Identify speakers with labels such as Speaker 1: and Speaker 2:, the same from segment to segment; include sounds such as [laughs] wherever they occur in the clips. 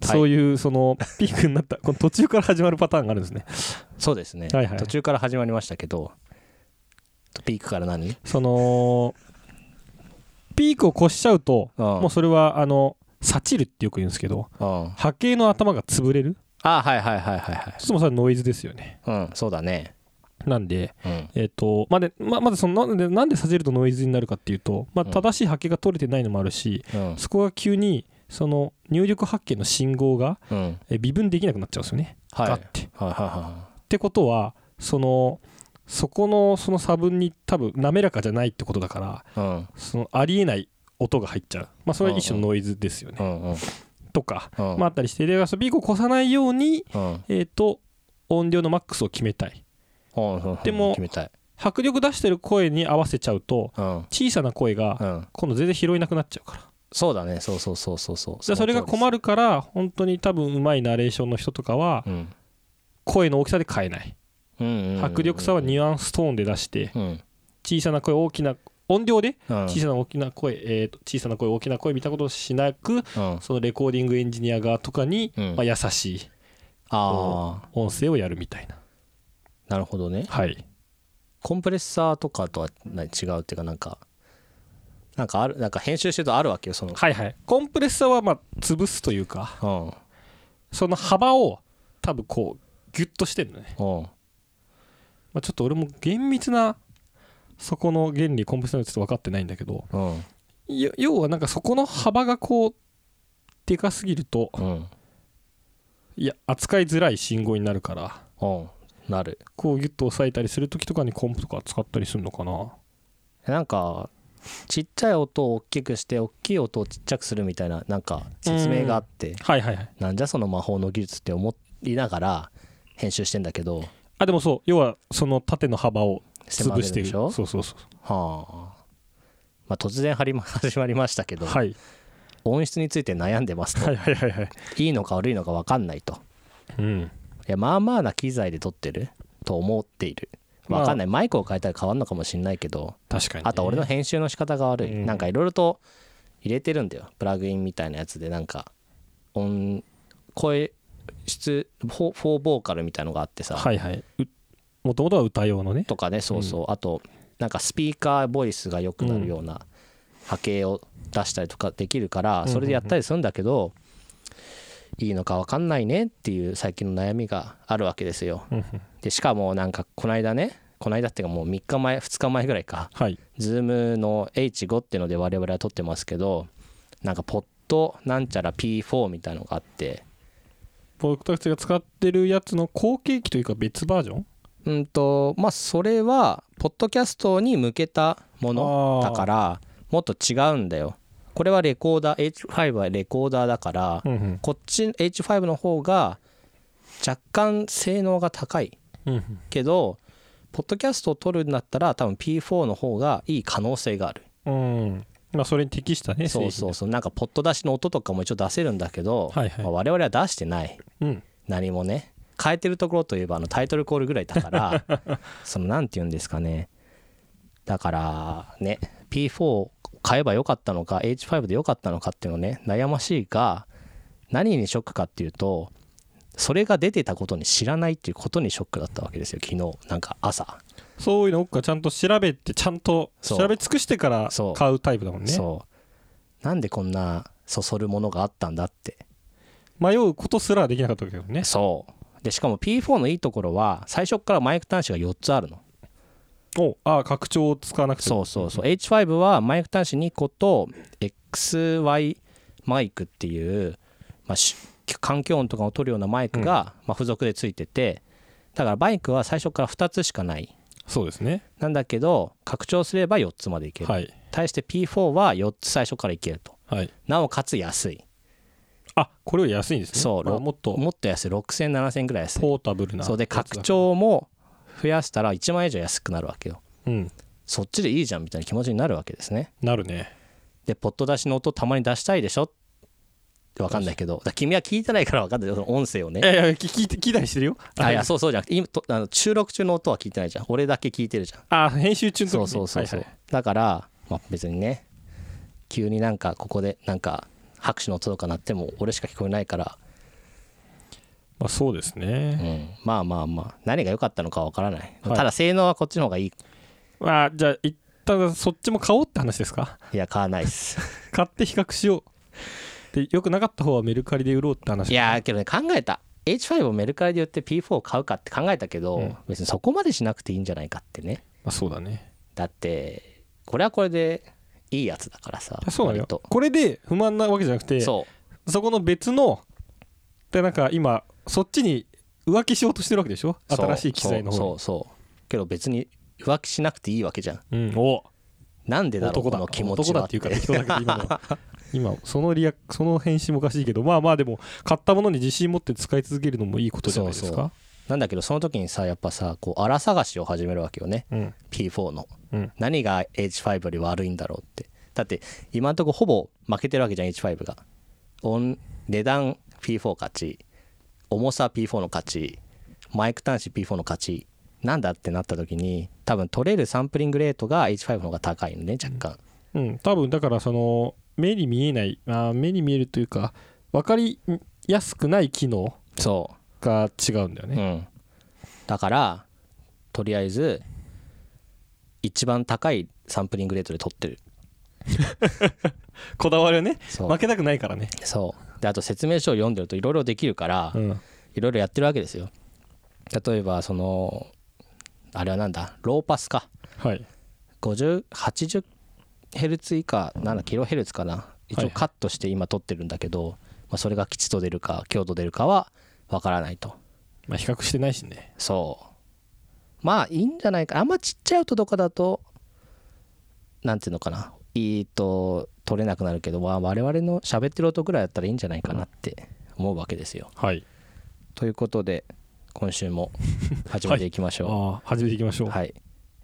Speaker 1: はい
Speaker 2: そういうそ
Speaker 1: [laughs]
Speaker 2: のピークになったこの途中から始まるパターンがあるんですね
Speaker 1: そうですね、
Speaker 2: はいはい
Speaker 1: 途中から始まりましたけどピークから何
Speaker 2: そのピークを越しちゃうと
Speaker 1: ああ
Speaker 2: もうそれはあのサチルってよく言うんですけど
Speaker 1: あ
Speaker 2: 波形の頭が潰れる
Speaker 1: あはいはいはいはいはい
Speaker 2: そもそれはノイズですよね
Speaker 1: うんそうだね
Speaker 2: なんで
Speaker 1: うん
Speaker 2: えっ、とまあでままずそのなんでなんでサチルとノイズになるかっていうと、まあ、
Speaker 1: うん
Speaker 2: 正しい波形が取れてないのもあるし、
Speaker 1: うん
Speaker 2: そこが急にその入力波形の信号が
Speaker 1: うん
Speaker 2: え微分できなくなっちゃうんですよね、
Speaker 1: はい
Speaker 2: ガ
Speaker 1: はい
Speaker 2: ッて。
Speaker 1: はいは
Speaker 2: ってことはそのそこのその差分に多分滑らかじゃないってことだから
Speaker 1: いうん
Speaker 2: そのありえない音が入っちゃうまあそれは一種のノイズですよね、
Speaker 1: うんうん
Speaker 2: とか、
Speaker 1: うん
Speaker 2: まあ、あったりしてでそのピークを越さないように
Speaker 1: うん
Speaker 2: えっ、と音量のマックスを決めたい
Speaker 1: うんうん
Speaker 2: でも
Speaker 1: 決めたい
Speaker 2: 迫力出してる声に合わせちゃうと
Speaker 1: うん
Speaker 2: 小さな声
Speaker 1: う
Speaker 2: が
Speaker 1: ん
Speaker 2: 今度全然拾えなくなっちゃうから
Speaker 1: そうだねそうそうそうそうそう
Speaker 2: でそれが困るから本当に多分うまいナレーションの人とかは
Speaker 1: うん
Speaker 2: 声の大きさで変えない
Speaker 1: うんうんうん
Speaker 2: 迫力さはニュアンストーンで出して
Speaker 1: うん
Speaker 2: 小さな声大きな音量で
Speaker 1: うん
Speaker 2: 小さな大きな声、えーと小さな声大きな声見たいなことをしなく
Speaker 1: うん
Speaker 2: そのレコーディングエンジニア側とかに、
Speaker 1: うん
Speaker 2: まあ、優しい
Speaker 1: ああ
Speaker 2: 音声をやるみたいな
Speaker 1: なるほどね
Speaker 2: はい
Speaker 1: コンプレッサーとかとはな違うっていうかなんかなんかあるなんか編集してるとあるわけよその
Speaker 2: はいはいコンプレッサーはまあ潰すというか
Speaker 1: うん
Speaker 2: その幅を多分こうギュッとしてるのね、
Speaker 1: うん
Speaker 2: まあ、ちょっと俺も厳密なそこの原理コンプレッサーのちょっと分かってないんだけど
Speaker 1: うん
Speaker 2: よ要はなんかそこの幅がこうでかすぎると
Speaker 1: うん
Speaker 2: いや扱いづらい信号になるから
Speaker 1: うんなる
Speaker 2: こうギュッと押さえたりする時とかにコンプとか使ったりするのかな
Speaker 1: なんかちっちゃい音を大きくして大きい音をちっちゃくするみたいななんか説明があって
Speaker 2: はいはいはい
Speaker 1: なんじゃその魔法の技術って思いながら編集してんだけど
Speaker 2: あでもそう要はその縦の幅を
Speaker 1: 狭
Speaker 2: 潰
Speaker 1: め
Speaker 2: し
Speaker 1: る
Speaker 2: て
Speaker 1: で
Speaker 2: る
Speaker 1: しょ
Speaker 2: そうそうそう
Speaker 1: はあまあ突然はりま始まりましたけど
Speaker 2: はい
Speaker 1: 音質について悩んでますと
Speaker 2: はいはいはいはい
Speaker 1: いいのか悪いのか分かんないと
Speaker 2: うん
Speaker 1: いやまあまあな機材で撮ってると思っている分かんないマイクを変えたら変わんのかもしんないけど
Speaker 2: 確かにね、
Speaker 1: あと俺の編集の仕方が悪い、
Speaker 2: うん
Speaker 1: なんかいろいろと入れてるんだよプラグインみたいなやつでなんか音声質フォフォーボーカルみたいのがあってさ、
Speaker 2: はいはいもともとは歌用のね
Speaker 1: とかねそうそう、あとなんかスピーカーボイスが良くなるような波形を出したりとかできるか
Speaker 2: う
Speaker 1: ら
Speaker 2: ん
Speaker 1: それでやったりするんだけど、いいのか分かんないねっていう最近の悩みがあるわけですよ。
Speaker 2: うん
Speaker 1: でしかもなんかこの間ねこの間っていうかもう3日前2日前ぐらいか
Speaker 2: はい
Speaker 1: ズームの H5 っていうので我々は撮ってますけどなんかポットなんちゃら P4 みたいのがあって
Speaker 2: 僕たちが使ってるやつの後継機というか別バージョン
Speaker 1: うんとまあそれはポッドキャストに向けたもの
Speaker 2: あ
Speaker 1: だ
Speaker 2: ー
Speaker 1: からもっと違うんだよこれはレコーダー H5 はレコーダーだから
Speaker 2: うん
Speaker 1: こっち H5 の方が若干性能が高い
Speaker 2: うん
Speaker 1: けどポッドキャストを撮るんだったら多分 P4 の方がいい可能性がある
Speaker 2: うん、うん、まあそれに適した [laughs] ね
Speaker 1: そうそううそうなんかポット出しの音とかも一応出せるんだけど、
Speaker 2: はいはい
Speaker 1: まあ我々は出してない
Speaker 2: うん
Speaker 1: 何もね変えてるところといえばあのタイトルコールぐらいだから
Speaker 2: [laughs]
Speaker 1: そのなんて言うんですかねだからね P4 を買えばよかったのか H5 でよかったのかっていうのね悩ましいが何にショックかっていうとそれが出てたことに知らないっていうことにショックだったわけですよ昨日なんか朝、
Speaker 2: そういうの僕はちゃんと調べてちゃんと
Speaker 1: そう
Speaker 2: 調べ尽くしてから
Speaker 1: そう
Speaker 2: 買うタイプだもんね
Speaker 1: そうなんでこんなそそるものがあったんだって
Speaker 2: 迷うことすらできなかったわけどね
Speaker 1: そうでしかも P4 のいいところは最初からマイク端子が4つあるの
Speaker 2: おああ拡張を使わなくても
Speaker 1: そうそうそう H5 はマイク端子2個と XY マイクっていう、まあ、し環境音とかを取るようなマイクが、まあ、付属でついててだからバイクは最初から2つしかない
Speaker 2: そうですね
Speaker 1: なんだけど拡張すれば4つまでいける、
Speaker 2: はい
Speaker 1: 対して P4 は4つ最初からいけると
Speaker 2: はい
Speaker 1: なおかつ安い
Speaker 2: あこれより安いんですね
Speaker 1: そう
Speaker 2: まあ
Speaker 1: ろ
Speaker 2: もっと
Speaker 1: もっと安い60007000円ぐらい安い
Speaker 2: ポータブルな
Speaker 1: そうで拡張も増やしたら1万円以上安くなるわけよ
Speaker 2: うん
Speaker 1: そっちでいいじゃんみたいな気持ちになるわけですね
Speaker 2: なるね
Speaker 1: でポット出しの音たまに出したいでしょわかんないけどだから君は聞いてないからわかんないよその音声を
Speaker 2: い
Speaker 1: ね
Speaker 2: やいや聞聞いて聞いたりしてるよ
Speaker 1: あいやそうそうじゃなくて今とあの収録中の音は聞いてないじゃん俺だけ聞いてるじゃん
Speaker 2: あ編集中の時
Speaker 1: そう
Speaker 2: に
Speaker 1: そうそうそう、
Speaker 2: はいはい
Speaker 1: だから、まあ、別にね急になんかここでなんか拍手の音とか鳴っても俺しか聞こえないから
Speaker 2: まあ、そうです
Speaker 1: う
Speaker 2: ね、
Speaker 1: ん、まあまあまあ何が良かったのかわからない、
Speaker 2: はい
Speaker 1: ただ性能はこっちの方がいい
Speaker 2: まあじゃあ一旦そっちも買おうって話ですか
Speaker 1: いや買わないっす
Speaker 2: 買って比較しようで良くなかった方はメルカリで売ろうって話
Speaker 1: いやーけどね考えた H5 をメルカリで売って P4 を買うかって考えたけど、
Speaker 2: うん
Speaker 1: 別にそこまでしなくていいんじゃないかってね
Speaker 2: まあ、そうだね
Speaker 1: だってこれはこれでいいやつだからさ
Speaker 2: いやそうなのよ
Speaker 1: 割と
Speaker 2: これで不満なわけじゃなくてそ
Speaker 1: そう
Speaker 2: この別のでなんか今そっちに浮気しようとしてるわけでしょ
Speaker 1: そう
Speaker 2: 新しい機材の方に
Speaker 1: そうそうそうけど別に浮気しなくていいわけじゃん
Speaker 2: うん、お
Speaker 1: なんでだろう
Speaker 2: 男
Speaker 1: こ
Speaker 2: だ
Speaker 1: の気持ち
Speaker 2: 男だ
Speaker 1: は
Speaker 2: っていうから人だけど今のは [laughs] 今そのリアその返信もおかしいけどまあまあでも買ったものに自信持って使い続けるのもいいことじゃないですか
Speaker 1: [laughs] なんだけどその時にさやっぱさこう荒探しを始めるわけよね
Speaker 2: うん
Speaker 1: P4 の、
Speaker 2: うん
Speaker 1: 何が H5 より悪いんだろうってだって今のところほぼ負けてるわけじゃん H5 がオン値段 P4 勝ち重さ P4 の勝ちマイク端子 P4 の勝ちなんだってなった時に多分取れるサンプリングレートが H5 の方が高いのね若
Speaker 2: う
Speaker 1: 干、
Speaker 2: ん、多分だからその目に見えないあー目に見えるというか分かりやすくない機能
Speaker 1: そう
Speaker 2: が違うんだよね、
Speaker 1: うん、だからとりあえず一番高いサンプリングレートで撮ってる
Speaker 2: こだわりはね
Speaker 1: そう,、
Speaker 2: 負けたくないからね、
Speaker 1: そうであと説明書を読んでるといろいろできるから
Speaker 2: うん、
Speaker 1: いろいろやってるわけですよ例えばそのあれはなんだローパスか
Speaker 2: はい
Speaker 1: 5080ヘルツ以下なんだキロヘルツかな一
Speaker 2: はいは
Speaker 1: 応
Speaker 2: い
Speaker 1: カットして今撮ってるんだけど、まあ、それが吉と出るか強と出るかはわからないと
Speaker 2: まあ比較してないしね
Speaker 1: そうまあいいんじゃないかあんまちっちゃい音とかだとなんていうのかないいと取れなくなるけど、まあ、我々の喋ってる音ぐらいだったらいいんじゃないかなって思うわけですよ。
Speaker 2: はい
Speaker 1: ということで今週 [laughs] も始めていきまし
Speaker 2: あ
Speaker 1: ょ
Speaker 2: ー始めていきましょ
Speaker 1: う。
Speaker 2: う、
Speaker 1: はい、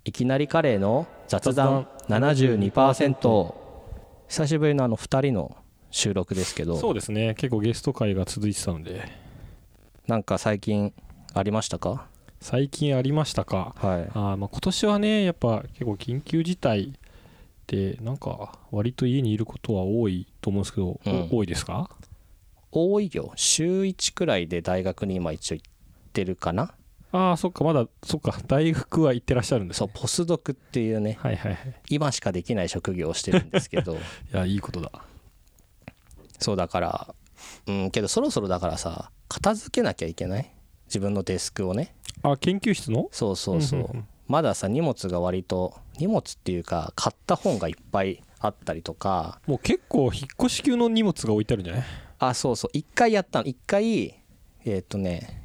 Speaker 1: いきなりカレーの雑談72%久しぶりのあの2人の収録ですけ
Speaker 2: そ
Speaker 1: ど
Speaker 2: うですね結構ゲスト会が続いてたので
Speaker 1: なんか最近ありましたか
Speaker 2: 最近ありましたか
Speaker 1: はい
Speaker 2: あーまあ今年はねやっぱ結構緊急事態でなんか割と家にいることは多いと思うんですけど、
Speaker 1: うん
Speaker 2: お多いですか
Speaker 1: 多いよ週1くらいで大学に今一応行ってるかな
Speaker 2: ああそっかまだそっか大学は行ってらっしゃるんです
Speaker 1: そう
Speaker 2: ね
Speaker 1: ポスドクっていうね
Speaker 2: はいはいはい
Speaker 1: 今しかできない職業をしてるんです [laughs] けど
Speaker 2: いやいいことだ
Speaker 1: そうだからうんけどそろそろだからさ片付けなきゃいけない自分のデスクをね
Speaker 2: あ研究室の
Speaker 1: そうそうそう、
Speaker 2: んんん
Speaker 1: まださ荷物が割と荷物っていうか買った本がいっぱいあったりとか
Speaker 2: もう結構引っ越し級の荷物が置いてあるんじゃない
Speaker 1: あそうそう一回やったの一回えーっ、とね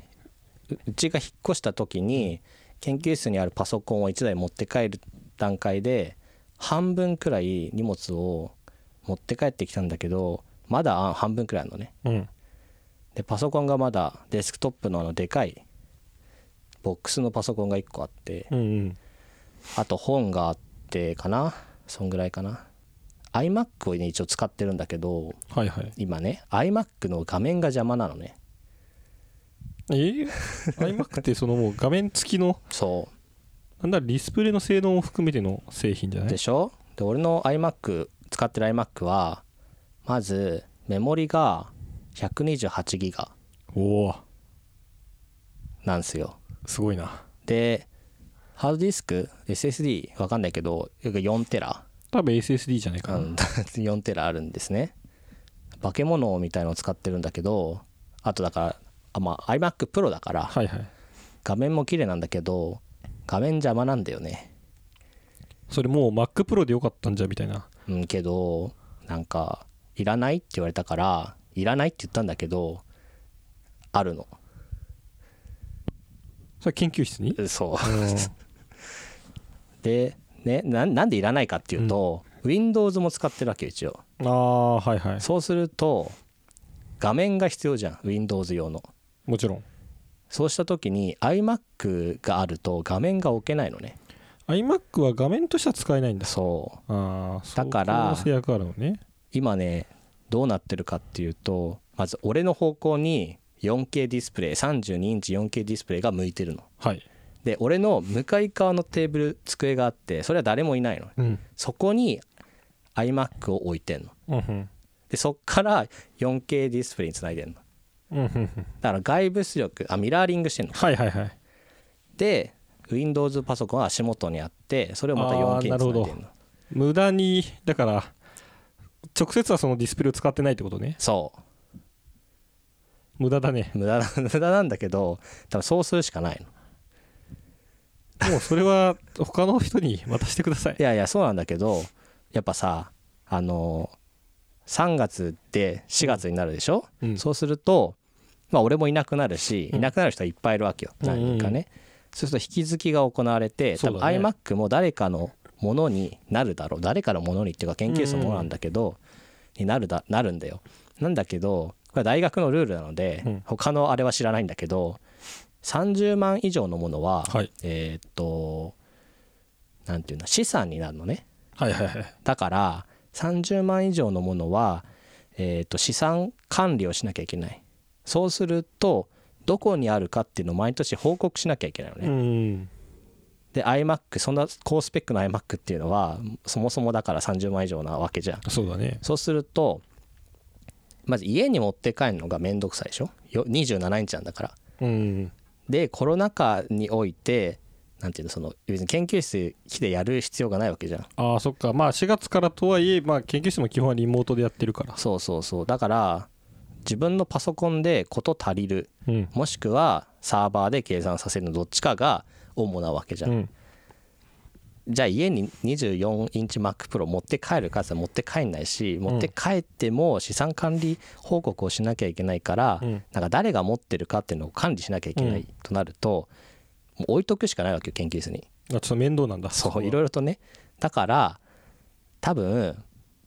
Speaker 1: ううちが引っ越した時に研究室にあるパソコンを1台持って帰る段階で半分くらい荷物を持って帰ってきたんだけどまだあ半分くらいあるのね
Speaker 2: うん
Speaker 1: でパソコンがまだデスクトップのあのでかいボックスのパソコンが1個あって
Speaker 2: うんうん
Speaker 1: あと本があってかなそんぐらいかな iMac をね一応使ってるんだけど
Speaker 2: はいはい
Speaker 1: 今ね iMac の画面が邪魔なのね
Speaker 2: えー、iMac ってそのもう画面付きの
Speaker 1: そ
Speaker 2: なんだディスプレイの性能も含めての製品じゃ
Speaker 1: う
Speaker 2: ない
Speaker 1: でしょで俺の iMac 使ってる iMac はまずメモリが128ギガ
Speaker 2: おお
Speaker 1: なんですよ
Speaker 2: すごいな
Speaker 1: でハードディスク SSD わかんないけど4テラ
Speaker 2: 多分 SSD じゃないかな、
Speaker 1: うん、4テ [laughs] ラあるんですね化け物みたいのを使ってるんだけどあとだからあまあ iMac Pro だから
Speaker 2: はいはい
Speaker 1: 画面も綺麗なんだけど画面邪魔なんだよね
Speaker 2: それもう MacPro でよかったんじゃみたいな
Speaker 1: うんけどなんかいらないって言われたからいらないって言ったんだけどあるの
Speaker 2: それ研究室に
Speaker 1: うん
Speaker 2: [laughs]
Speaker 1: そううんでねななんでいらないかっていうと、Windows も使ってるわけよ一応
Speaker 2: ああはいはい
Speaker 1: そうすると画面が必要じゃん Windows 用の
Speaker 2: もちろん
Speaker 1: そうした時に iMac があると画面が置けないのね
Speaker 2: iMac は画面としては使えないんだ
Speaker 1: そう
Speaker 2: ああ
Speaker 1: だから
Speaker 2: 制約あるのね
Speaker 1: 今ねどうなってるかっていうとまず俺の方向に 4K ディスプレイ32インチ 4K ディスプレイが向いてるの
Speaker 2: はい
Speaker 1: で俺の向かい側のテーブル机があってそれは誰もいないの
Speaker 2: うん
Speaker 1: そこに iMac を置いてんの
Speaker 2: うんうん
Speaker 1: でそっから 4K ディスプレイにつないでんの
Speaker 2: うんうんうん
Speaker 1: だから外部出力あミラーリングしてんの
Speaker 2: はいはいはい
Speaker 1: で Windows パソコンは足元にあってそれをまた 4K につな
Speaker 2: あーなるほ
Speaker 1: げ
Speaker 2: ど
Speaker 1: てるの
Speaker 2: 無駄にだから直接はそのディスプレイを使ってないってことね
Speaker 1: そ
Speaker 2: 無駄だね
Speaker 1: う無駄な [laughs] 無駄なんだけど多分そうするしかないの
Speaker 2: もうそれは他の人に渡してください
Speaker 1: いやいやそうなんだけどやっぱさあの3月で4月になるでしょ、
Speaker 2: うん
Speaker 1: そうするとまあ俺もいなくなるし
Speaker 2: うん
Speaker 1: いなくなる人はいっぱいいるわけよ
Speaker 2: うんうんうん
Speaker 1: 何人かねそうすると引き継ぎが行われて
Speaker 2: そ
Speaker 1: 多
Speaker 2: う
Speaker 1: 分
Speaker 2: だね
Speaker 1: iMac も誰かのものになるだろう誰かのものにっていうか研究室のものなんだけどになるだなるんだよなんだけどこれは大学のルールなの
Speaker 2: う
Speaker 1: で
Speaker 2: ん
Speaker 1: 他のあれは知らないんだけど30万以上のものは
Speaker 2: はい
Speaker 1: えーっとなんていうの資産になるのね
Speaker 2: はいはいはい
Speaker 1: だから30万以上のものは、えー、と資産管理をしなきゃいけないそうするとどこにあるかっていうのを毎年報告しなきゃいけないのね、
Speaker 2: うん
Speaker 1: で iMac そんな高スペックの iMac っていうのはそもそもだから30万以上なわけじゃん
Speaker 2: そうだね
Speaker 1: そうするとまず家に持って帰るのがめんどくさいでしょよ27インチなんだから
Speaker 2: うん
Speaker 1: でコロナ禍においてなんていうのその別に研究室来てやる必要がないわけじゃん
Speaker 2: ああそっかまあ4月からとはいえ、まあ、研究室も基本はリモートでやってるから
Speaker 1: そうそうそうだから自分のパソコンで事足りる
Speaker 2: うん
Speaker 1: もしくはサーバーで計算させるのどっちかが主なわけじゃん、
Speaker 2: うん
Speaker 1: じゃあ家に24インチ MacPro 持って帰るかって言ったら持って帰んないし持って帰っても資産管理報告をしなきゃいけないから、
Speaker 2: うん
Speaker 1: なんか誰が持ってるかっていうのを管理しなきゃいけな
Speaker 2: う
Speaker 1: いとなると、もう置いとくしかないわけよ研究室に
Speaker 2: あちょっと面倒なんだ
Speaker 1: そうい
Speaker 2: い
Speaker 1: ろいろとねだから多分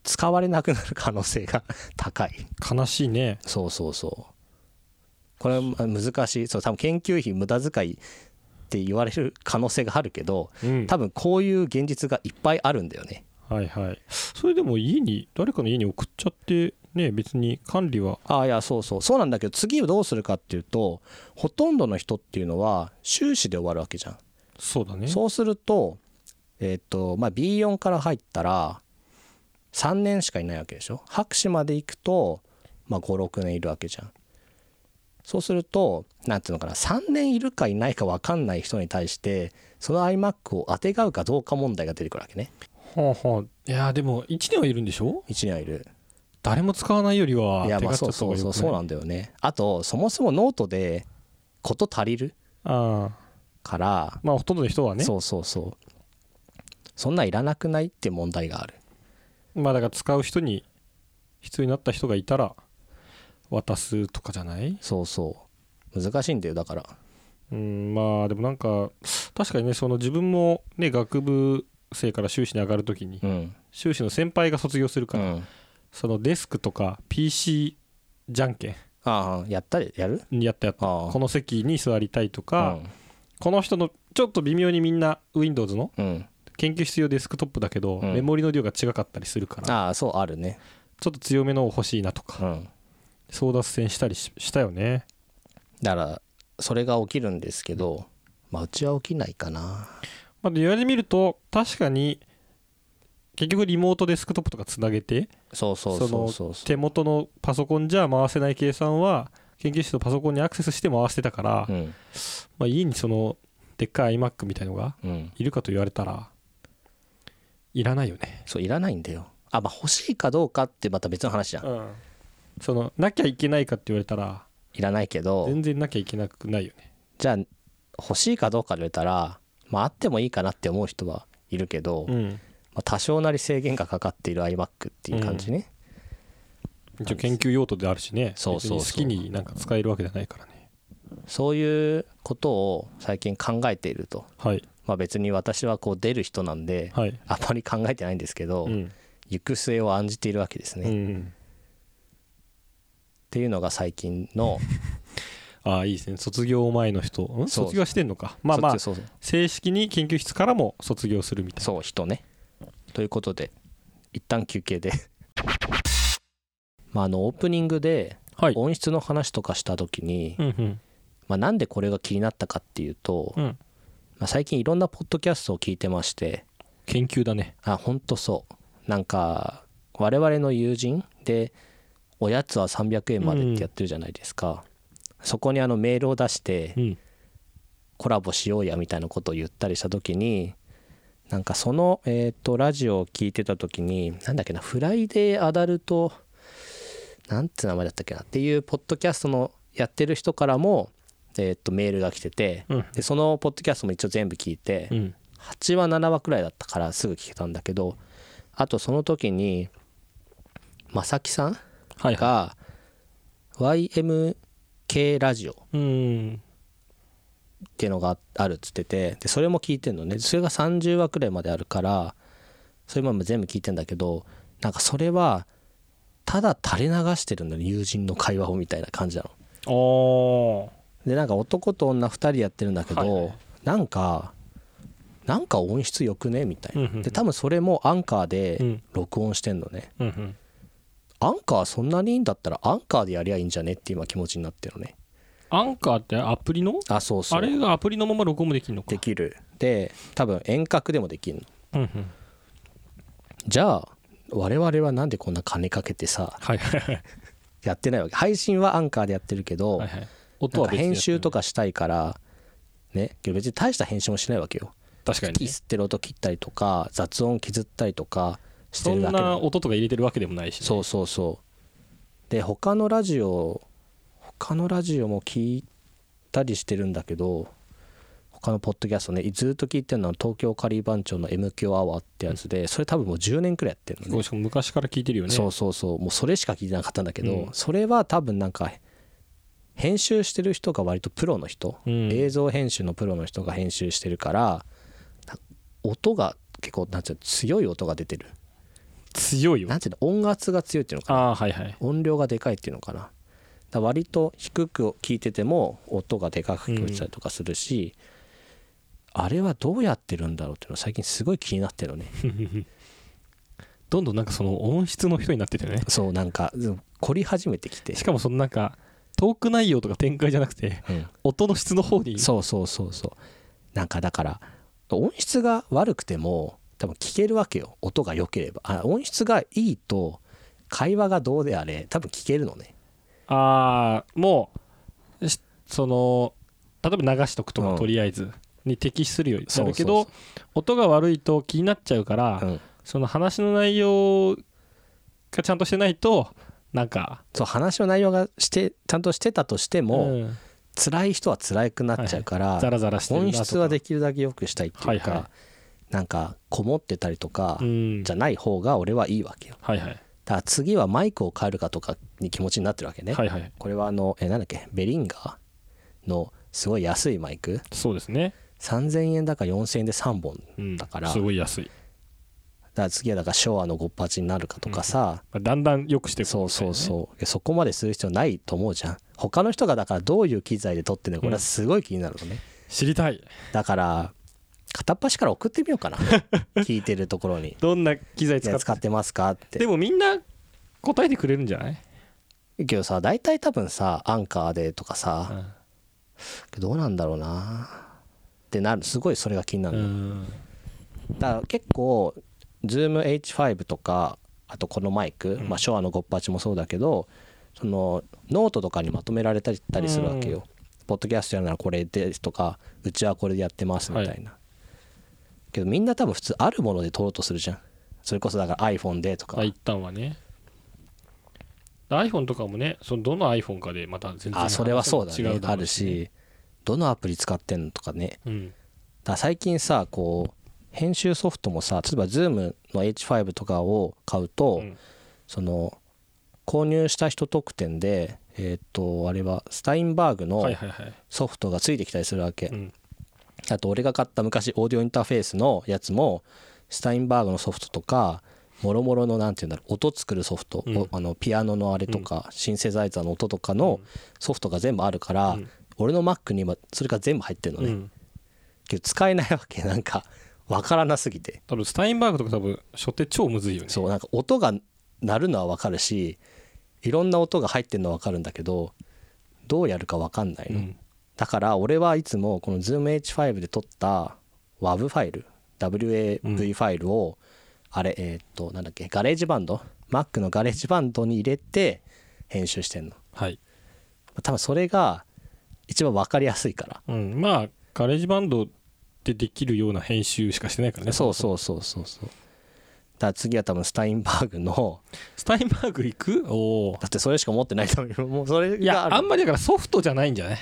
Speaker 1: 使われなくなる可能性が [laughs] 高い
Speaker 2: ろ悲しいね
Speaker 1: そうそうそうこれは難しいそう多分研究費無駄遣いって言われる可能性があるけど
Speaker 2: うん
Speaker 1: 多分こういう現実がいっぱいあるんだよね
Speaker 2: はいはいそれでも家に誰かの家に送っちゃってね別に管理は
Speaker 1: ああいやそうそうそうなんだけど次どうするかっていうとほとんどの人っていうのは修士で終わるわけじゃん
Speaker 2: そうだね
Speaker 1: そうするとえっ、とまあ B4 から入ったら3年しかいないわけでしょ博士まで行くと、まあ、56年いるわけじゃんそうするとなんていうのかな3年いるかいないか分かんない人に対してその iMac をあてがうかどうか問題が出てくるわけね
Speaker 2: はあはあいやーでも1年はいるんでしょ
Speaker 1: 1年はいる
Speaker 2: 誰も使わないよりはい
Speaker 1: や
Speaker 2: 手
Speaker 1: まあ
Speaker 2: がち
Speaker 1: そ
Speaker 2: ょ
Speaker 1: う
Speaker 2: っと
Speaker 1: そうそうそうなんだよねあとそもそもノートでこと足りる
Speaker 2: ああ
Speaker 1: から、
Speaker 2: まあほとんどの人はね
Speaker 1: そうそうそうそんなんいらなくないって問題がある
Speaker 2: まあだから使う人に必要になった人がいたら渡すとかじゃない
Speaker 1: そうそう難しいんだよだから
Speaker 2: うんまあでもなんか確かにねその自分もね学部生から修士に上がるときに
Speaker 1: うん、
Speaker 2: 修士の先輩が卒業するから、
Speaker 1: うん、
Speaker 2: そのデスクとか PC じゃんけ
Speaker 1: ああやったりやる
Speaker 2: んやったやった
Speaker 1: ああ
Speaker 2: この席に座りたいとか、この人のちょっと微妙にみんな Windows の
Speaker 1: うん、うん、
Speaker 2: 研究室用デスクトップだけど、
Speaker 1: うん
Speaker 2: メモリの量が違かったりするから
Speaker 1: ああそうあるね
Speaker 2: ちょっと強めの欲しいなとか
Speaker 1: うん
Speaker 2: 争奪戦したりししたよね
Speaker 1: だからそれが起きるんですけどまあうちは起きないかな
Speaker 2: まあ、で言われてみると確かに結局リモートデスクトップとかつなげて
Speaker 1: そうそうそうそうそう
Speaker 2: 手元のパソコンじゃ回せない計算は研究室のパソコンにアクセスして回してたから、
Speaker 1: うん
Speaker 2: まあ、家にそのでっかい iMac みたいのが
Speaker 1: うん
Speaker 2: いるかと言われたらいらないよね、
Speaker 1: そういらないんだよあまあ欲しいかどうかってまた別の話じゃん
Speaker 2: ん、そのなきゃいけないかって言われたら
Speaker 1: いらないけど
Speaker 2: 全然なきゃいけなくないよね
Speaker 1: じゃあ欲しいかどうかで言ったらまああってもいいかなって思う人はいるけど、
Speaker 2: うん
Speaker 1: まあ、多少なり制限がかかっている iMac っていう感じね、
Speaker 2: 一応研究用途であるしね
Speaker 1: そうそうそう
Speaker 2: 別に好きになんか使えるわけじゃないからね
Speaker 1: そういうことを最近考えていると
Speaker 2: はい
Speaker 1: まあ、別に私はこう出る人なんで
Speaker 2: はい
Speaker 1: あまり考えてないんですけど、
Speaker 2: うん
Speaker 1: 行く末を案じているわけですね、
Speaker 2: う
Speaker 1: っ
Speaker 2: ん
Speaker 1: ていうのが最近の
Speaker 2: ああいいですね卒業前の人ん
Speaker 1: そう
Speaker 2: 卒業はしてんのかまあまあ
Speaker 1: そうそう
Speaker 2: 正式に研究室からも卒業するみたいな
Speaker 1: そう人ねということで一旦休憩で [laughs] まああのオープニングで
Speaker 2: はい
Speaker 1: 音質の話とかした時に、
Speaker 2: うんうん
Speaker 1: まあ、なんでこれが気になったかっていうと、
Speaker 2: うん
Speaker 1: まあ、最近いろんなポッドキャストを聞いてまして
Speaker 2: 研究だね
Speaker 1: あ本当そうなんか我々の友人でおやつは300円までってやってるじゃないですか、そこにあのメールを出して
Speaker 2: うん
Speaker 1: コラボしようやみたいなことを言ったりした時になんかその、えー、とラジオを聞いてた時になんだっけな「フライデーアダルト」なんて名前だったっけなっていうポッドキャストのやってる人からも、えー、とメールが来てて
Speaker 2: うん
Speaker 1: でそのポッドキャストも一応全部聞いて
Speaker 2: うん
Speaker 1: 8話7話くらいだったからすぐ聞けたんだけどあとその時に正木さん
Speaker 2: はいは
Speaker 1: が YMK ラジオ
Speaker 2: いうん
Speaker 1: っていうのがあるっつっててでそれも聞いてんのねそれが30話くらいまであるからそれも全部聞いてんだけどなんかそれはただ垂れ流してるのよ友人の会話をみたいな感じなの。
Speaker 2: あー
Speaker 1: でなんか男と女2人やってるんだけど、
Speaker 2: はいはい
Speaker 1: なんかなんか音質よくねみたいな。
Speaker 2: うんうんうん
Speaker 1: で多分それもアンカー
Speaker 2: う
Speaker 1: で
Speaker 2: ん
Speaker 1: 録音してんのね。
Speaker 2: うんうん
Speaker 1: アンカーそんなにいいんだったらアンカーでやりゃいいんじゃねって今気持ちになってるのね。
Speaker 2: アンカーってアプリの
Speaker 1: あそうそう。
Speaker 2: あれがアプリのまま録音もできるのか
Speaker 1: できる。で多分遠隔でもできる
Speaker 2: う
Speaker 1: の。
Speaker 2: んうん
Speaker 1: じゃあ我々はなんでこんな金かけてさ
Speaker 2: はいはいはい
Speaker 1: やってないわけ配信はアンカーでやってるけど、
Speaker 2: はいはい音
Speaker 1: なん
Speaker 2: は
Speaker 1: か
Speaker 2: 別
Speaker 1: 編集と
Speaker 2: か
Speaker 1: かしたいからねけど別に大した編集もしないわけよ
Speaker 2: 確かに
Speaker 1: ピ
Speaker 2: ね
Speaker 1: スってる音切ったりとか雑音削ったりとかして
Speaker 2: そ
Speaker 1: る
Speaker 2: ん
Speaker 1: だけな
Speaker 2: な
Speaker 1: の
Speaker 2: 音とか入れてるわけでもないしね
Speaker 1: そうそうそうで他のラジオ他のラジオも聞いたりしてるんだけど他のポッドキャストねずっと聞いてるのは東京カリー番長の MQ アワーってやつでそれ多分もう10年くらいやってるのね
Speaker 2: すごいしかも昔から聞いてるよね
Speaker 1: そうそうそうもうそれしか聞いてなかったんだけど、
Speaker 2: うん
Speaker 1: それは多分なんか編集してる人が割とプロの人、
Speaker 2: うん
Speaker 1: 映像編集のプロの人が編集してるからな音が結構なんていうの強い音が出てる
Speaker 2: 強いよ
Speaker 1: なんていうの音圧が強いっていうのかな
Speaker 2: ああーはいはい
Speaker 1: 音量がでかいっていうのかなだから割と低く聞いてても音がでかく聞こえてたりとかするし、あれはどうやってるんだろうっていうの最近すごい気になってる
Speaker 2: [laughs]
Speaker 1: のね
Speaker 2: どんどんなんかその音質の人になっててね
Speaker 1: そうなんかうん凝り始めてきて
Speaker 2: し、かもそのなんかトーク内容とか展開じゃなくて
Speaker 1: うん
Speaker 2: 音の質の方に
Speaker 1: そうそうそうそうなんかだから音質が悪くても多分聞けるわけよ音が良ければあ音質がいいと会話がどうであれ多分聞けるのね
Speaker 2: ああもうしその例えば流しとくとか、
Speaker 1: うん
Speaker 2: とりあえずに適するようになるけ
Speaker 1: そ
Speaker 2: ど
Speaker 1: うそ
Speaker 2: 音が悪いと気になっちゃうから、
Speaker 1: うん、
Speaker 2: その話の内容がちゃんとしてないとなんか
Speaker 1: そう話の内容がしてちゃんとしてたとしても、
Speaker 2: うん
Speaker 1: 辛い人は辛くなっちゃうから、
Speaker 2: ザラザラしてるな
Speaker 1: 音
Speaker 2: とか
Speaker 1: 質はできるだけ良くしたいっていうか、
Speaker 2: はいは
Speaker 1: なんかこもってたりとか、
Speaker 2: うん
Speaker 1: じゃない方が俺はいいわけよ
Speaker 2: はいはい
Speaker 1: だから次はマイクを変えるかとかに気持ちになってるわけね、
Speaker 2: はいはい
Speaker 1: これはあのえなんだっけベリンガーのすごい安いマイク
Speaker 2: そうですね、
Speaker 1: 3000円だか4000円で3本
Speaker 2: うん、
Speaker 1: だから
Speaker 2: すごい安い、
Speaker 1: だから次はだから昭和のゴッパチになるかとかさ、
Speaker 2: まあ、だんだん良くしていく
Speaker 1: そうそう
Speaker 2: う
Speaker 1: そうそこまでする必要ないと思うじゃん他の人がだからどういう機材で撮ってるのかこれはすごい気になるのね、
Speaker 2: 知りたい
Speaker 1: だから片っ端から送ってみよう
Speaker 2: [laughs]
Speaker 1: かな聞いてるところに
Speaker 2: どんな機材
Speaker 1: い
Speaker 2: 使
Speaker 1: や
Speaker 2: っ
Speaker 1: 使
Speaker 2: て
Speaker 1: ってますかって
Speaker 2: でもみんな答えてくれるんじゃない、
Speaker 1: けどさ大体多分さアンカーでとか
Speaker 2: う
Speaker 1: さ、
Speaker 2: ん
Speaker 1: どうなんだろうなってなるすごいそれが気になるの、
Speaker 2: うん
Speaker 1: だから結構 ZoomH5 とかあとこのマイク、まあ、昭和のゴッパチもそうだけどそのノートとかにまとめられたりたりするわけよ、ポッドキャストやるならこれですとかうちはこれでやってますみたいな、けどみんな多分普通あるもので撮ろうとするじゃんそれこそだから iPhone でとか、
Speaker 2: まあ、一旦はね iPhone とかもねそのどの iPhone かでまた全然
Speaker 1: あそれはそうだ
Speaker 2: 話も違
Speaker 1: ね
Speaker 2: うろ
Speaker 1: あ
Speaker 2: う
Speaker 1: るしどのアプリ使ってんのとかね
Speaker 2: うん
Speaker 1: だから最近さこう編集ソフトもさ例えば Zoom の H5 とかを買うと、
Speaker 2: うん
Speaker 1: その購入した人特典でえーっとあれはスタインバーグの
Speaker 2: はいはいはい、
Speaker 1: ソフトがついてきたりするわけ、
Speaker 2: うん、
Speaker 1: あと俺が買った昔オーディオインターフェースのやつもスタインバーグのソフトとかもろもろのなんて言うんだろう音作るソフト、
Speaker 2: うん
Speaker 1: おあのピアノのあれとか、シンセサイザーの音とかのソフトが全部あるから、
Speaker 2: うん
Speaker 1: 俺の Mac に今それが全部入ってるのね、
Speaker 2: うん
Speaker 1: けど使えないわけ [laughs] なんかわからなすぎて
Speaker 2: 多分スタインバーグとか多分初手超むずいよね
Speaker 1: そうなんか音が鳴るのはわかるしいろんな音が入ってるのはわかるんだけどどうやるかわかんないの、
Speaker 2: ん
Speaker 1: だから俺はいつもこの ZoomH5 で撮った WAV ファイル WAV ファイルを、あれえーっとなんだっけガレージバンド Mac のガレージバンドに入れて編集してんの
Speaker 2: はい、
Speaker 1: 多分それが一番分かりやすいから
Speaker 2: うん、まあガレージバンドでできるような編集しかしてないからね
Speaker 1: そう
Speaker 2: う
Speaker 1: そうそうそうそうだから次は多分スタインバーグの
Speaker 2: スタインバーグ行くおお
Speaker 1: だってそれしか持ってないと思うもうそれがある
Speaker 2: いやあんまりだからソフトじゃないんじゃない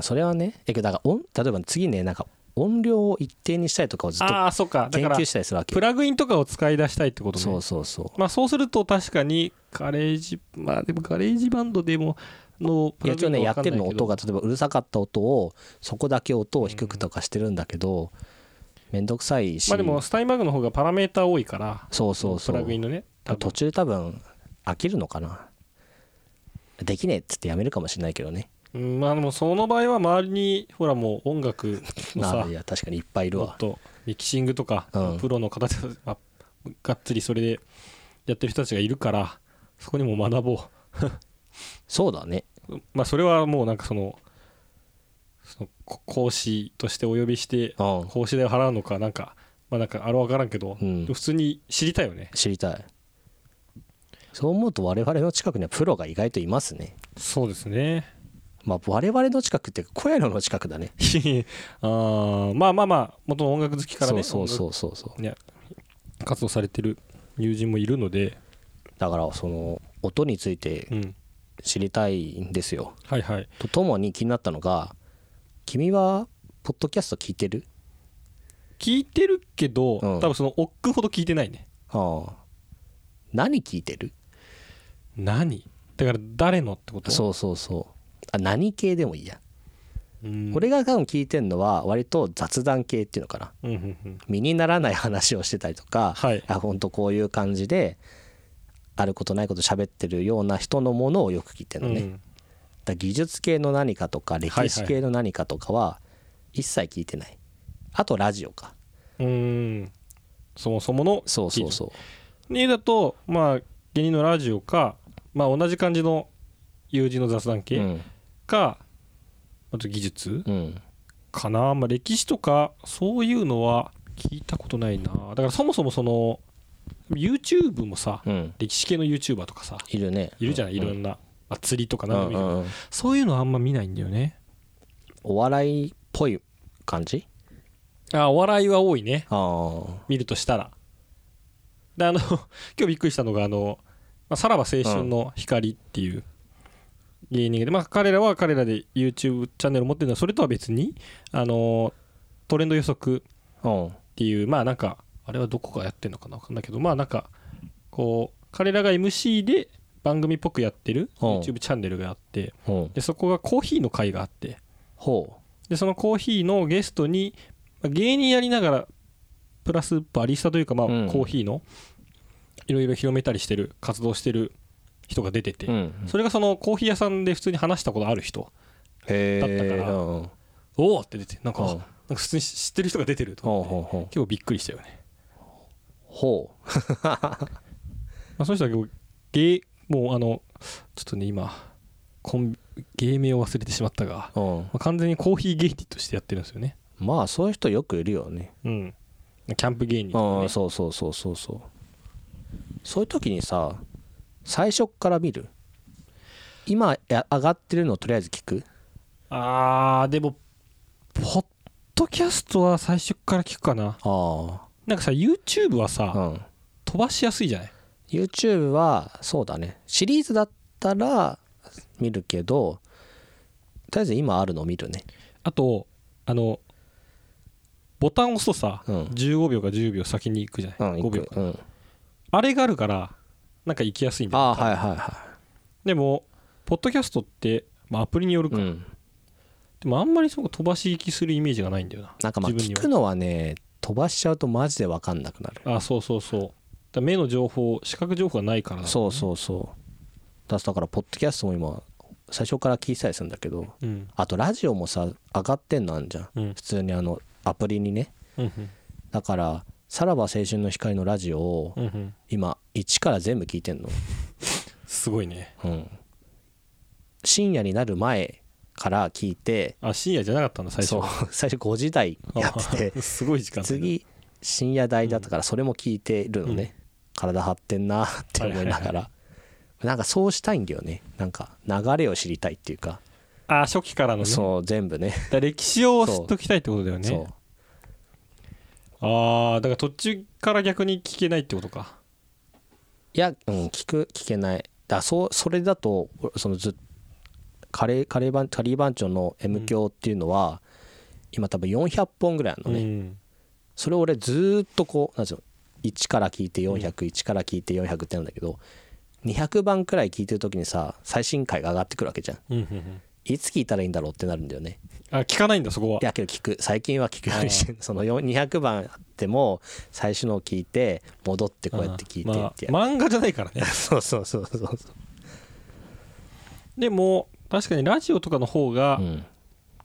Speaker 1: それはねえけどだから音例えば次ねなんか音量を一定にしたりとかをずっと
Speaker 2: ああそっかだ
Speaker 1: 研
Speaker 2: から
Speaker 1: 究したりするわけ
Speaker 2: プ
Speaker 1: よ
Speaker 2: ラグインとかを使い出したいってことね
Speaker 1: そうそうそう
Speaker 2: まあそうすると確かにガレージまあでもガレージバンドでものプラ
Speaker 1: 一
Speaker 2: グイ
Speaker 1: 応
Speaker 2: ン
Speaker 1: ね
Speaker 2: が
Speaker 1: や
Speaker 2: わかん
Speaker 1: って
Speaker 2: ないけ
Speaker 1: る
Speaker 2: ど
Speaker 1: の音が例えばうるさかった音をそこだけ音を低くとかしてるんだけどめんどくさいし
Speaker 2: まあでもスタインバーグの方がパラメーター多いから
Speaker 1: そうそうそう
Speaker 2: プラグインのね多分
Speaker 1: 途中多分飽きるのかなできねえっつってやめるかもしれないけどね
Speaker 2: うんまあでもその場合は周りにほらもう音楽の [laughs]
Speaker 1: まあ
Speaker 2: さ
Speaker 1: いや確かにいっぱいいる
Speaker 2: も
Speaker 1: わ
Speaker 2: っとミキシングとか、
Speaker 1: うん
Speaker 2: プロの方々ががっつりそれでやってる人たちがいるからそこにも学ぼ
Speaker 1: そうだね
Speaker 2: うまあそれはもうなんかそのそのこ講師としてお呼びして
Speaker 1: うん
Speaker 2: 講師代を払うのかなんかまあなんかあれわからんけど、
Speaker 1: うん
Speaker 2: 普通に知りたいよね
Speaker 1: 知りたいそう思うと我々の近くにはプロが意外といますね
Speaker 2: そうですね
Speaker 1: まあ我々の近くっていうか小屋の近くだね
Speaker 2: [laughs] あーまあまあまあ元の音楽好きから
Speaker 1: そ
Speaker 2: ね
Speaker 1: うそうそうそうそう
Speaker 2: 音楽活動されてる友人もいるので、
Speaker 1: だからその音について
Speaker 2: うん、
Speaker 1: 知りたいんですよ
Speaker 2: はいはい
Speaker 1: とともに気になったのが君はポッドキャスト聞いてる
Speaker 2: 聞いてるけど、
Speaker 1: うん
Speaker 2: 多分その億劫ほど聞いてないね
Speaker 1: ああ何聞いてる
Speaker 2: 何だから誰のってこと
Speaker 1: そうそうそうあ何系でもいいや、
Speaker 2: うん
Speaker 1: 俺が多分聞いてんのは割と雑談系っていうのかな
Speaker 2: うんうんうん
Speaker 1: 身にならない話をしてたりとか、
Speaker 2: はい
Speaker 1: あほんとこういう感じであることないこと喋ってるような人のものをよく聞いてるのね、
Speaker 2: う
Speaker 1: だか
Speaker 2: ん
Speaker 1: ら技術系の何かとか
Speaker 2: はい
Speaker 1: 歴史系の何かとかは一切聞いてない、あとラジオか
Speaker 2: うんそもそもの
Speaker 1: そうそうそう
Speaker 2: ねだとまあ芸人のラジオかまあ同じ感じの友人の雑談
Speaker 1: う
Speaker 2: 系
Speaker 1: ん
Speaker 2: か、あと技術
Speaker 1: うん
Speaker 2: かなまあ歴史とかそういうのは聞いたことないなだからそもそもその YouTube もさ、
Speaker 1: うん
Speaker 2: 歴史系の YouTuber とかさ
Speaker 1: いるね
Speaker 2: いるじゃない、
Speaker 1: う
Speaker 2: いろんな、まあ、釣りとか
Speaker 1: うん
Speaker 2: 何でもいいけど
Speaker 1: うんうん
Speaker 2: そういうのあんま見ないんだよね
Speaker 1: お笑いっぽい感じ
Speaker 2: あお笑いは多いね
Speaker 1: ああ
Speaker 2: 見るとしたらであの [laughs] 今日びっくりしたのがあの、まあ、さらば青春の光っていう芸人で、まあ、彼らは彼らで YouTube チャンネルを持ってるのはそれとは別にあのトレンド予測っ
Speaker 1: うん
Speaker 2: ていうまあなんかあれはどこがやってんのかな分かんないけどまあなんかこう彼らが MC で番組っぽくやってる
Speaker 1: うん
Speaker 2: YouTube チャンネルがあって
Speaker 1: うん
Speaker 2: でそこがコーヒーの会があって
Speaker 1: ほ
Speaker 2: でそのコーヒーのゲストにまあ芸人やりながらプラスバリスタというかまあ
Speaker 1: うん
Speaker 2: コーヒーのいろいろ広めたりしてる活動してる人が出てて、
Speaker 1: ううん
Speaker 2: それがそのコーヒー屋さんで普通に話したことある人
Speaker 1: へ
Speaker 2: だったから
Speaker 1: うんうん
Speaker 2: おおって出てなんか,、
Speaker 1: うん
Speaker 2: なんか普通に知ってる人が出てると
Speaker 1: ほう
Speaker 2: 思って
Speaker 1: ほうほう
Speaker 2: 結構びっくりしたよね、
Speaker 1: ほう
Speaker 2: まあ、その人は結構芸もうあのちょっとね今コンビ芸名を忘れてしまったが、ま
Speaker 1: うん
Speaker 2: あ完全にコーヒー芸人としてやってるんですよね
Speaker 1: まあそういう人よくいるよね
Speaker 2: うんキャンプ芸人とか
Speaker 1: う
Speaker 2: ね
Speaker 1: んそうそうそうそうそうそういう時にさ最初っから見る今や上がってるのをとりあえず聞く
Speaker 2: あーでもポッドキャストは最初から聞くかな
Speaker 1: あ
Speaker 2: なんかさ YouTube はさ、
Speaker 1: あうん
Speaker 2: 飛ばしやすいじゃない
Speaker 1: YouTube はそうだねシリーズだったら見るけどとりあえず今あるのを見るね
Speaker 2: あとあのボタンを押すとさ、
Speaker 1: うん
Speaker 2: 15秒か10秒先に行くじゃ
Speaker 1: う
Speaker 2: ない、
Speaker 1: ん
Speaker 2: 5
Speaker 1: 行
Speaker 2: 秒
Speaker 1: く
Speaker 2: か
Speaker 1: うん
Speaker 2: あれがあるからなんか行きやすいんだよ
Speaker 1: ああーはいはいは
Speaker 2: でもポッドキャストって、まあ、アプリによる
Speaker 1: い
Speaker 2: か、
Speaker 1: うん
Speaker 2: でもあんまりそこ飛ばし聞きするイメージがないんだよな
Speaker 1: なんかまあ
Speaker 2: 自分に
Speaker 1: 聞
Speaker 2: は
Speaker 1: くのはね飛ばしちゃうとマジで分かんなくなる
Speaker 2: あそうそうそうだから目の情報視覚情報がないからだ
Speaker 1: そうそうそうだだからポッドキャストも今最初から聞いてたりするんだけど
Speaker 2: うん
Speaker 1: あとラジオもさ上がってんのあんじゃん
Speaker 2: うん
Speaker 1: 普通にあのアプリにね
Speaker 2: うん
Speaker 1: だからさらば青春の光のラジオを
Speaker 2: うんうん
Speaker 1: 今1から全部聞いてんの
Speaker 2: すごいね
Speaker 1: うん深夜になる前から聞いて
Speaker 2: あ深夜じゃなかったんだ最初
Speaker 1: そう最初5時台やってて
Speaker 2: すごい時間だね
Speaker 1: 次深夜帯だったからそれも聞いてるのね、体張ってんなーって思いながら、なんかそうしたいんだよねなんか流れを知りたいっていうか、
Speaker 2: あ初期からのね
Speaker 1: そう全部ね
Speaker 2: だから歴史を知っときたいってことだよ
Speaker 1: そ
Speaker 2: ね
Speaker 1: う
Speaker 2: ああだから途中から逆に聞けないってことか
Speaker 1: いや、うん、聞く聞けないだそうそれだとそのずカレーカレー番カリー番長の M 響っていうのは、今多分400本ぐらいあるのね、
Speaker 2: うん
Speaker 1: それを俺ずーっとこうなんていうの1から聞いて4001から聞いて400ってなんだけど200番くらい聞いてる時にさ最新回が上がってくるわけじゃん
Speaker 2: うんうんうん
Speaker 1: いつ聞いたらいいんだろうってなるんだよね
Speaker 2: あ聞かないんだそこはい
Speaker 1: やけど聞く最近は聞くようにしてるその4 200番あっても最初のを聞いて戻ってこうやって聞いてってや
Speaker 2: まあ
Speaker 1: る、
Speaker 2: 漫画じゃないからね
Speaker 1: そうそうそうそうそう
Speaker 2: でも確かにラジオとかの方が
Speaker 1: うん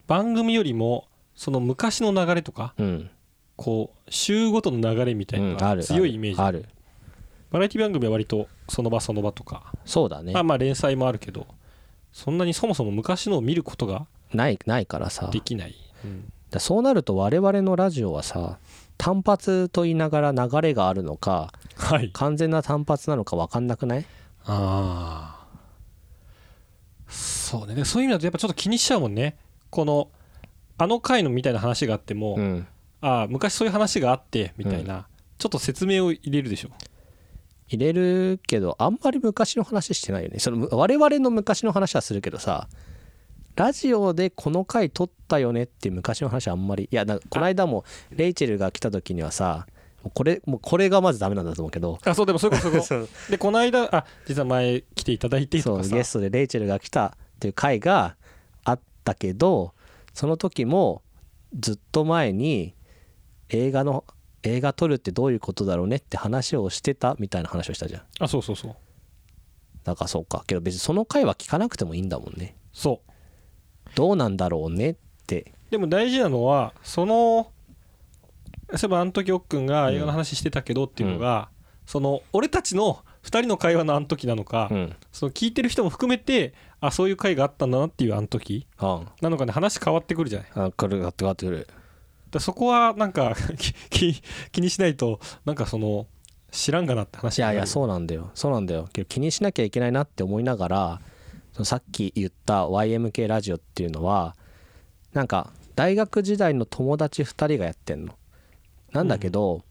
Speaker 2: 番組よりもその昔の流れとか
Speaker 1: うん
Speaker 2: こう週ごとの流れみたいなの
Speaker 1: うんあ
Speaker 2: が
Speaker 1: る
Speaker 2: 強いイメージ
Speaker 1: ある
Speaker 2: バラエティ番組は割とその場その場とか
Speaker 1: そうだね
Speaker 2: まあまあ連載もあるけどそんなにそもそも昔のを見ることが
Speaker 1: ないないからさ
Speaker 2: できない、うん
Speaker 1: だそうなると我々のラジオはさ単発と言いながら流れがあるのか
Speaker 2: はい
Speaker 1: 完全な単発なのか分かんなくない
Speaker 2: ああそうねでそういう意味だとやっぱちょっと気にしちゃうもんねこのあの回のみたいな話があっても、
Speaker 1: うん
Speaker 2: ああ昔そういう話があってみたいな、ちょっと説明を入れるでしょ
Speaker 1: 入れるけどあんまり昔の話してないよねその我々の昔の話はするけどさラジオでこの回撮ったよねっていう昔の話はあんまりいやなんかこの間もレイチェルが来た時にはさもうこれもうこれがまずダメなんだと思うけど
Speaker 2: あそうでもそういうこと [laughs] そういうこ
Speaker 1: [laughs] そう
Speaker 2: とでこの間あ実は前来ていただいて
Speaker 1: そ
Speaker 2: と
Speaker 1: う
Speaker 2: かさ
Speaker 1: ゲストでレイチェルが来たっていう回があったけどその時もずっと前に映画の映画撮るってどういうことだろうねって話をしてたみたいな話をしたじゃん
Speaker 2: あそうそうそう
Speaker 1: だからそうかけど別にその回は聞かなくてもいいんだもんね
Speaker 2: そう
Speaker 1: どうなんだろうねって
Speaker 2: でも大事なのはそのそういえばあの時おっくんが映画の話してたけどっていうのが、その俺たちの2人の会話のあの時なのか、
Speaker 1: うん
Speaker 2: その聞いてる人も含めてあそういう回があったんだなっていうあの時
Speaker 1: あ
Speaker 2: なのかね話変わってくるじゃないだか
Speaker 1: あこれがってがってくる
Speaker 2: らそこはなんか [laughs] き気気にしないとなんかその知らんがなって話
Speaker 1: いやいや
Speaker 2: う
Speaker 1: そうなんだよそうなんだよけど気にしなきゃいけないなって思いながらそのさっき言った YMK ラジオっていうのはなんか大学時代の友達2人がやってんのなんだけど、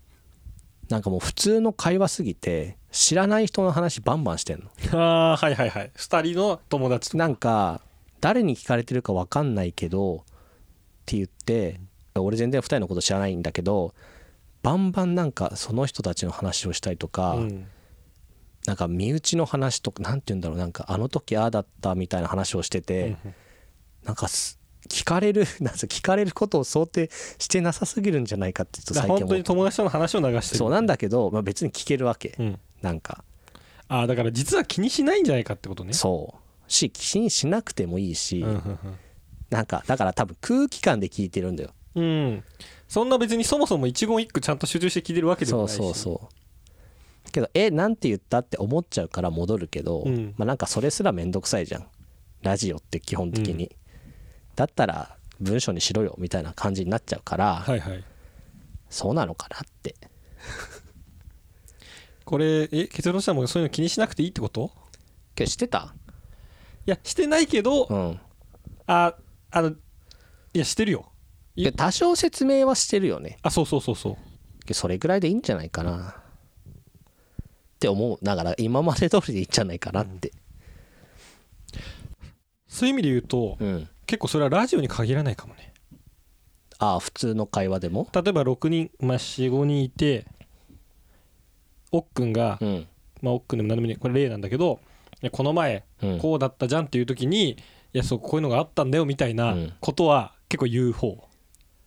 Speaker 1: なんかもう普通の会話すぎて知らない人の話バンバンしてんの
Speaker 2: あーはいはいはい2人の友達と
Speaker 1: なんか誰に聞かれてるか分かんないけどって言って俺全然2人のこと知らないんだけどバンバンなんかその人たちの話をしたりとか、
Speaker 2: うん
Speaker 1: なんか身内の話とかなんて言うんだろうなんかあの時ああだったみたいな話をしてて、
Speaker 2: うん
Speaker 1: なんかす聞かれる [laughs] なんか聞かれることを想定してなさすぎるんじゃないかってちょっと
Speaker 2: だから
Speaker 1: 最
Speaker 2: 本当
Speaker 1: 近思っ
Speaker 2: に
Speaker 1: て
Speaker 2: 友達との話を流してる
Speaker 1: そうなんだけど、まあ、別に聞けるわけ、
Speaker 2: うん
Speaker 1: なんか
Speaker 2: ああだから実は気にしないんじゃないかってことね
Speaker 1: そうし気にしなくてもいいし、
Speaker 2: うんうん
Speaker 1: なんかだから多分空気感で聞いてるんだよ
Speaker 2: うん、うん、そんな別にそもそも一言一句ちゃんと集中して聞いてるわけでも
Speaker 1: そ
Speaker 2: な
Speaker 1: う
Speaker 2: いし
Speaker 1: そうそうけどえなんて言ったって思っちゃうから戻るけど、
Speaker 2: うん
Speaker 1: まあなんかそれすらめんどくさいじゃんラジオって基本的に、だったら文章にしろよみたいな感じになっちゃうから、
Speaker 2: はいはい
Speaker 1: そうなのかなって
Speaker 2: これえ結論としてはもうそういうの気にしなくていいってこと
Speaker 1: けど知ってた
Speaker 2: いやしてないけど、
Speaker 1: うん
Speaker 2: ああのいやしてるよい
Speaker 1: けど多少説明はしてるよね
Speaker 2: あそうそうそうそう
Speaker 1: けどそれぐらいでいいんじゃないかなって思うだから今まで通りでいいんじゃないかなって
Speaker 2: そういう意味で言うと、
Speaker 1: うん、
Speaker 2: 結構それはラジオに限らないかもね
Speaker 1: ああ普通の会話でも
Speaker 2: 例えば6人まあ45人いておっくんが、
Speaker 1: うん
Speaker 2: まあおっくんでも何でもねこれ例なんだけどいやこの前
Speaker 1: うん
Speaker 2: こうだったじゃんっていう時に、いやそうこういうのがあったんだよみたいな
Speaker 1: うん
Speaker 2: ことは結構言う方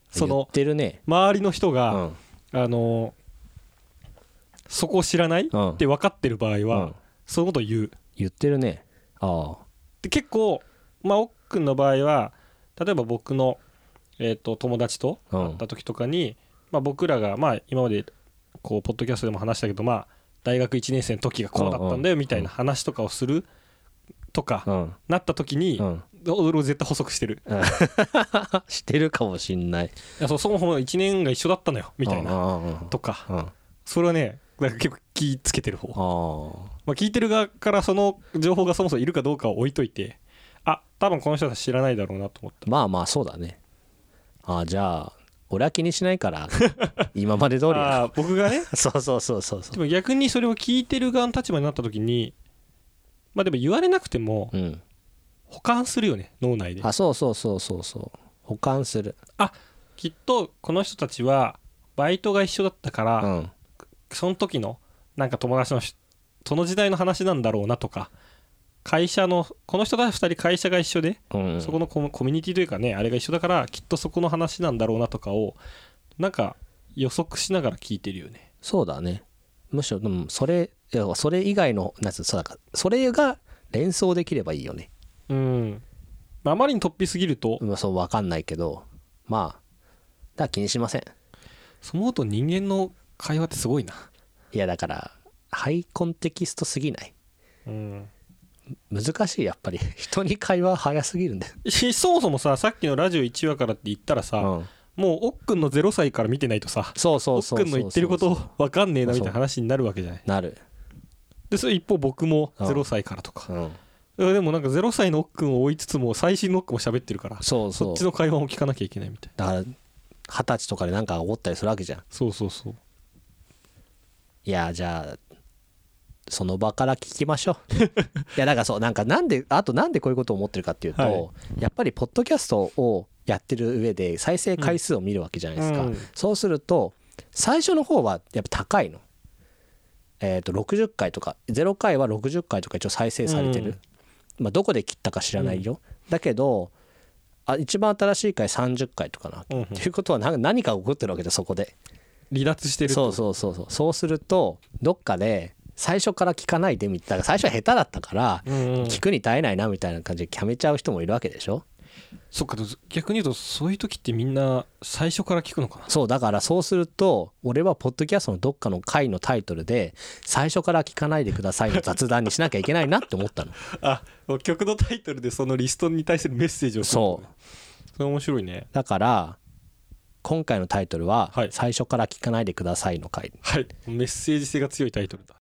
Speaker 2: そ
Speaker 1: 言っ
Speaker 2: の
Speaker 1: てるね
Speaker 2: 周りの人
Speaker 1: う
Speaker 2: が、
Speaker 1: ん
Speaker 2: あのそこを知らない、
Speaker 1: うん
Speaker 2: って分かってる場合は、
Speaker 1: うん
Speaker 2: そういうことを言う
Speaker 1: 言ってるねああ
Speaker 2: で結構まあおっくんの場合は例えば僕の、えー、と友達と
Speaker 1: うん
Speaker 2: 会った時とかに、まあ、僕らがまあ今までこうポッドキャストでも話したけどまあ大学1年生の時がこうだったんだよみたいな話とかをするとか
Speaker 1: うん
Speaker 2: なった時に、
Speaker 1: うん
Speaker 2: 俺絶対補足してる
Speaker 1: してるかもしんない
Speaker 2: いやそうそもそも1年が一緒だったのよみたいな
Speaker 1: な
Speaker 2: とか
Speaker 1: うん
Speaker 2: それはねなんか結構気つけてる方
Speaker 1: あー
Speaker 2: まあ、聞いてる側からその情報がそもそもいるかどうかを置いといてあ多分この人たち知らないだろうなと思った
Speaker 1: まあまあそうだねあーじゃあ俺は気にしないから [laughs] 今まで通りだ
Speaker 2: あー僕がね
Speaker 1: そうそうそうそうそ
Speaker 2: でも逆にそれを聞いてる側の立場になった時にまあでも言われなくても
Speaker 1: ううん
Speaker 2: 保管するよね脳内で
Speaker 1: あそうそうそうそうそう保管する
Speaker 2: きっとこの人たちはバイトが一緒だったか
Speaker 1: う
Speaker 2: ら、
Speaker 1: ん
Speaker 2: その時のなんか友達のしその時代の話なんだろうなとか会社のこの人たち2人会社が一緒で
Speaker 1: うん
Speaker 2: そこのコミコミュニティというかねあれが一緒だからきっとそこの話なんだろうなとかをなんか予測しながら聞いてるよね
Speaker 1: そうだねむしろでもそれいやそれ以外のなんつうのそうだからそれが連想できればいいよね
Speaker 2: うんまああまりに突飛すぎると
Speaker 1: まあそう分かんないけどまあだから気にしません
Speaker 2: その後人間の会話ってすごいない
Speaker 1: やだからハイコンテキストすぎない
Speaker 2: うん
Speaker 1: 難しいやっぱり [laughs] 人に会話早すぎるんだよ、
Speaker 2: しそもそもささっきのラジオ1話からって言ったらさ、
Speaker 1: うん、
Speaker 2: もうおっくんの0歳から見てないとさ
Speaker 1: そう
Speaker 2: お
Speaker 1: そう
Speaker 2: っ
Speaker 1: そう
Speaker 2: くんの言ってることわかんねえなみたいな話になるわけじゃない
Speaker 1: なる、
Speaker 2: でそれ一方僕も
Speaker 1: うん
Speaker 2: 0歳からとか
Speaker 1: うん、
Speaker 2: でもなんか0歳のおっくんを追いつつも最新のおっくんも喋ってるから
Speaker 1: そう
Speaker 2: そ
Speaker 1: そ
Speaker 2: っ
Speaker 1: う
Speaker 2: ちの会話も聞かなきゃいけないみたいな
Speaker 1: だから二十歳とかでなんか怒ったりするわけじゃん
Speaker 2: そうそうそう
Speaker 1: いやじゃあその場から聞きましょう [laughs] いやだからそうなんかなんであとなんでこういうことを思ってるかっていうと、
Speaker 2: はい
Speaker 1: やっぱりポッドキャストをやってる上で再生回数を見るわけじゃないですか、
Speaker 2: うん
Speaker 1: そうすると最初の方はやっぱ高いのえっ、と60回とか0回は60回とか一応再生されてる、まあどこで切ったか知らないよ、だけどあ一番新しい回30回とかな、
Speaker 2: うんうん
Speaker 1: っていうことは何何か起こってるわけでそこで
Speaker 2: 離脱してる
Speaker 1: そうそうそうそうそうするとどっかで最初から聞かないでみたいな最初は下手だったから
Speaker 2: う、んうん
Speaker 1: 聞くに耐えないなみたいな感じでキャめちゃう人もいるわけでしょ
Speaker 2: そっか逆に言うとそういう時ってみんな最初から聞くのかな
Speaker 1: そうだからそうすると俺はポッドキャストのどっかの回のタイトルで最初から聞かないでくださいの雑談にしなきゃいけないなって
Speaker 2: [laughs]
Speaker 1: 思ったの
Speaker 2: あ曲のタイトルでそのリストに対するメッセージを
Speaker 1: そう
Speaker 2: うそれ面白いね
Speaker 1: だから今回のタイトルは
Speaker 2: はい
Speaker 1: 「最初から聞かないでください」の回
Speaker 2: はいメッセージ性が強いタイトルだ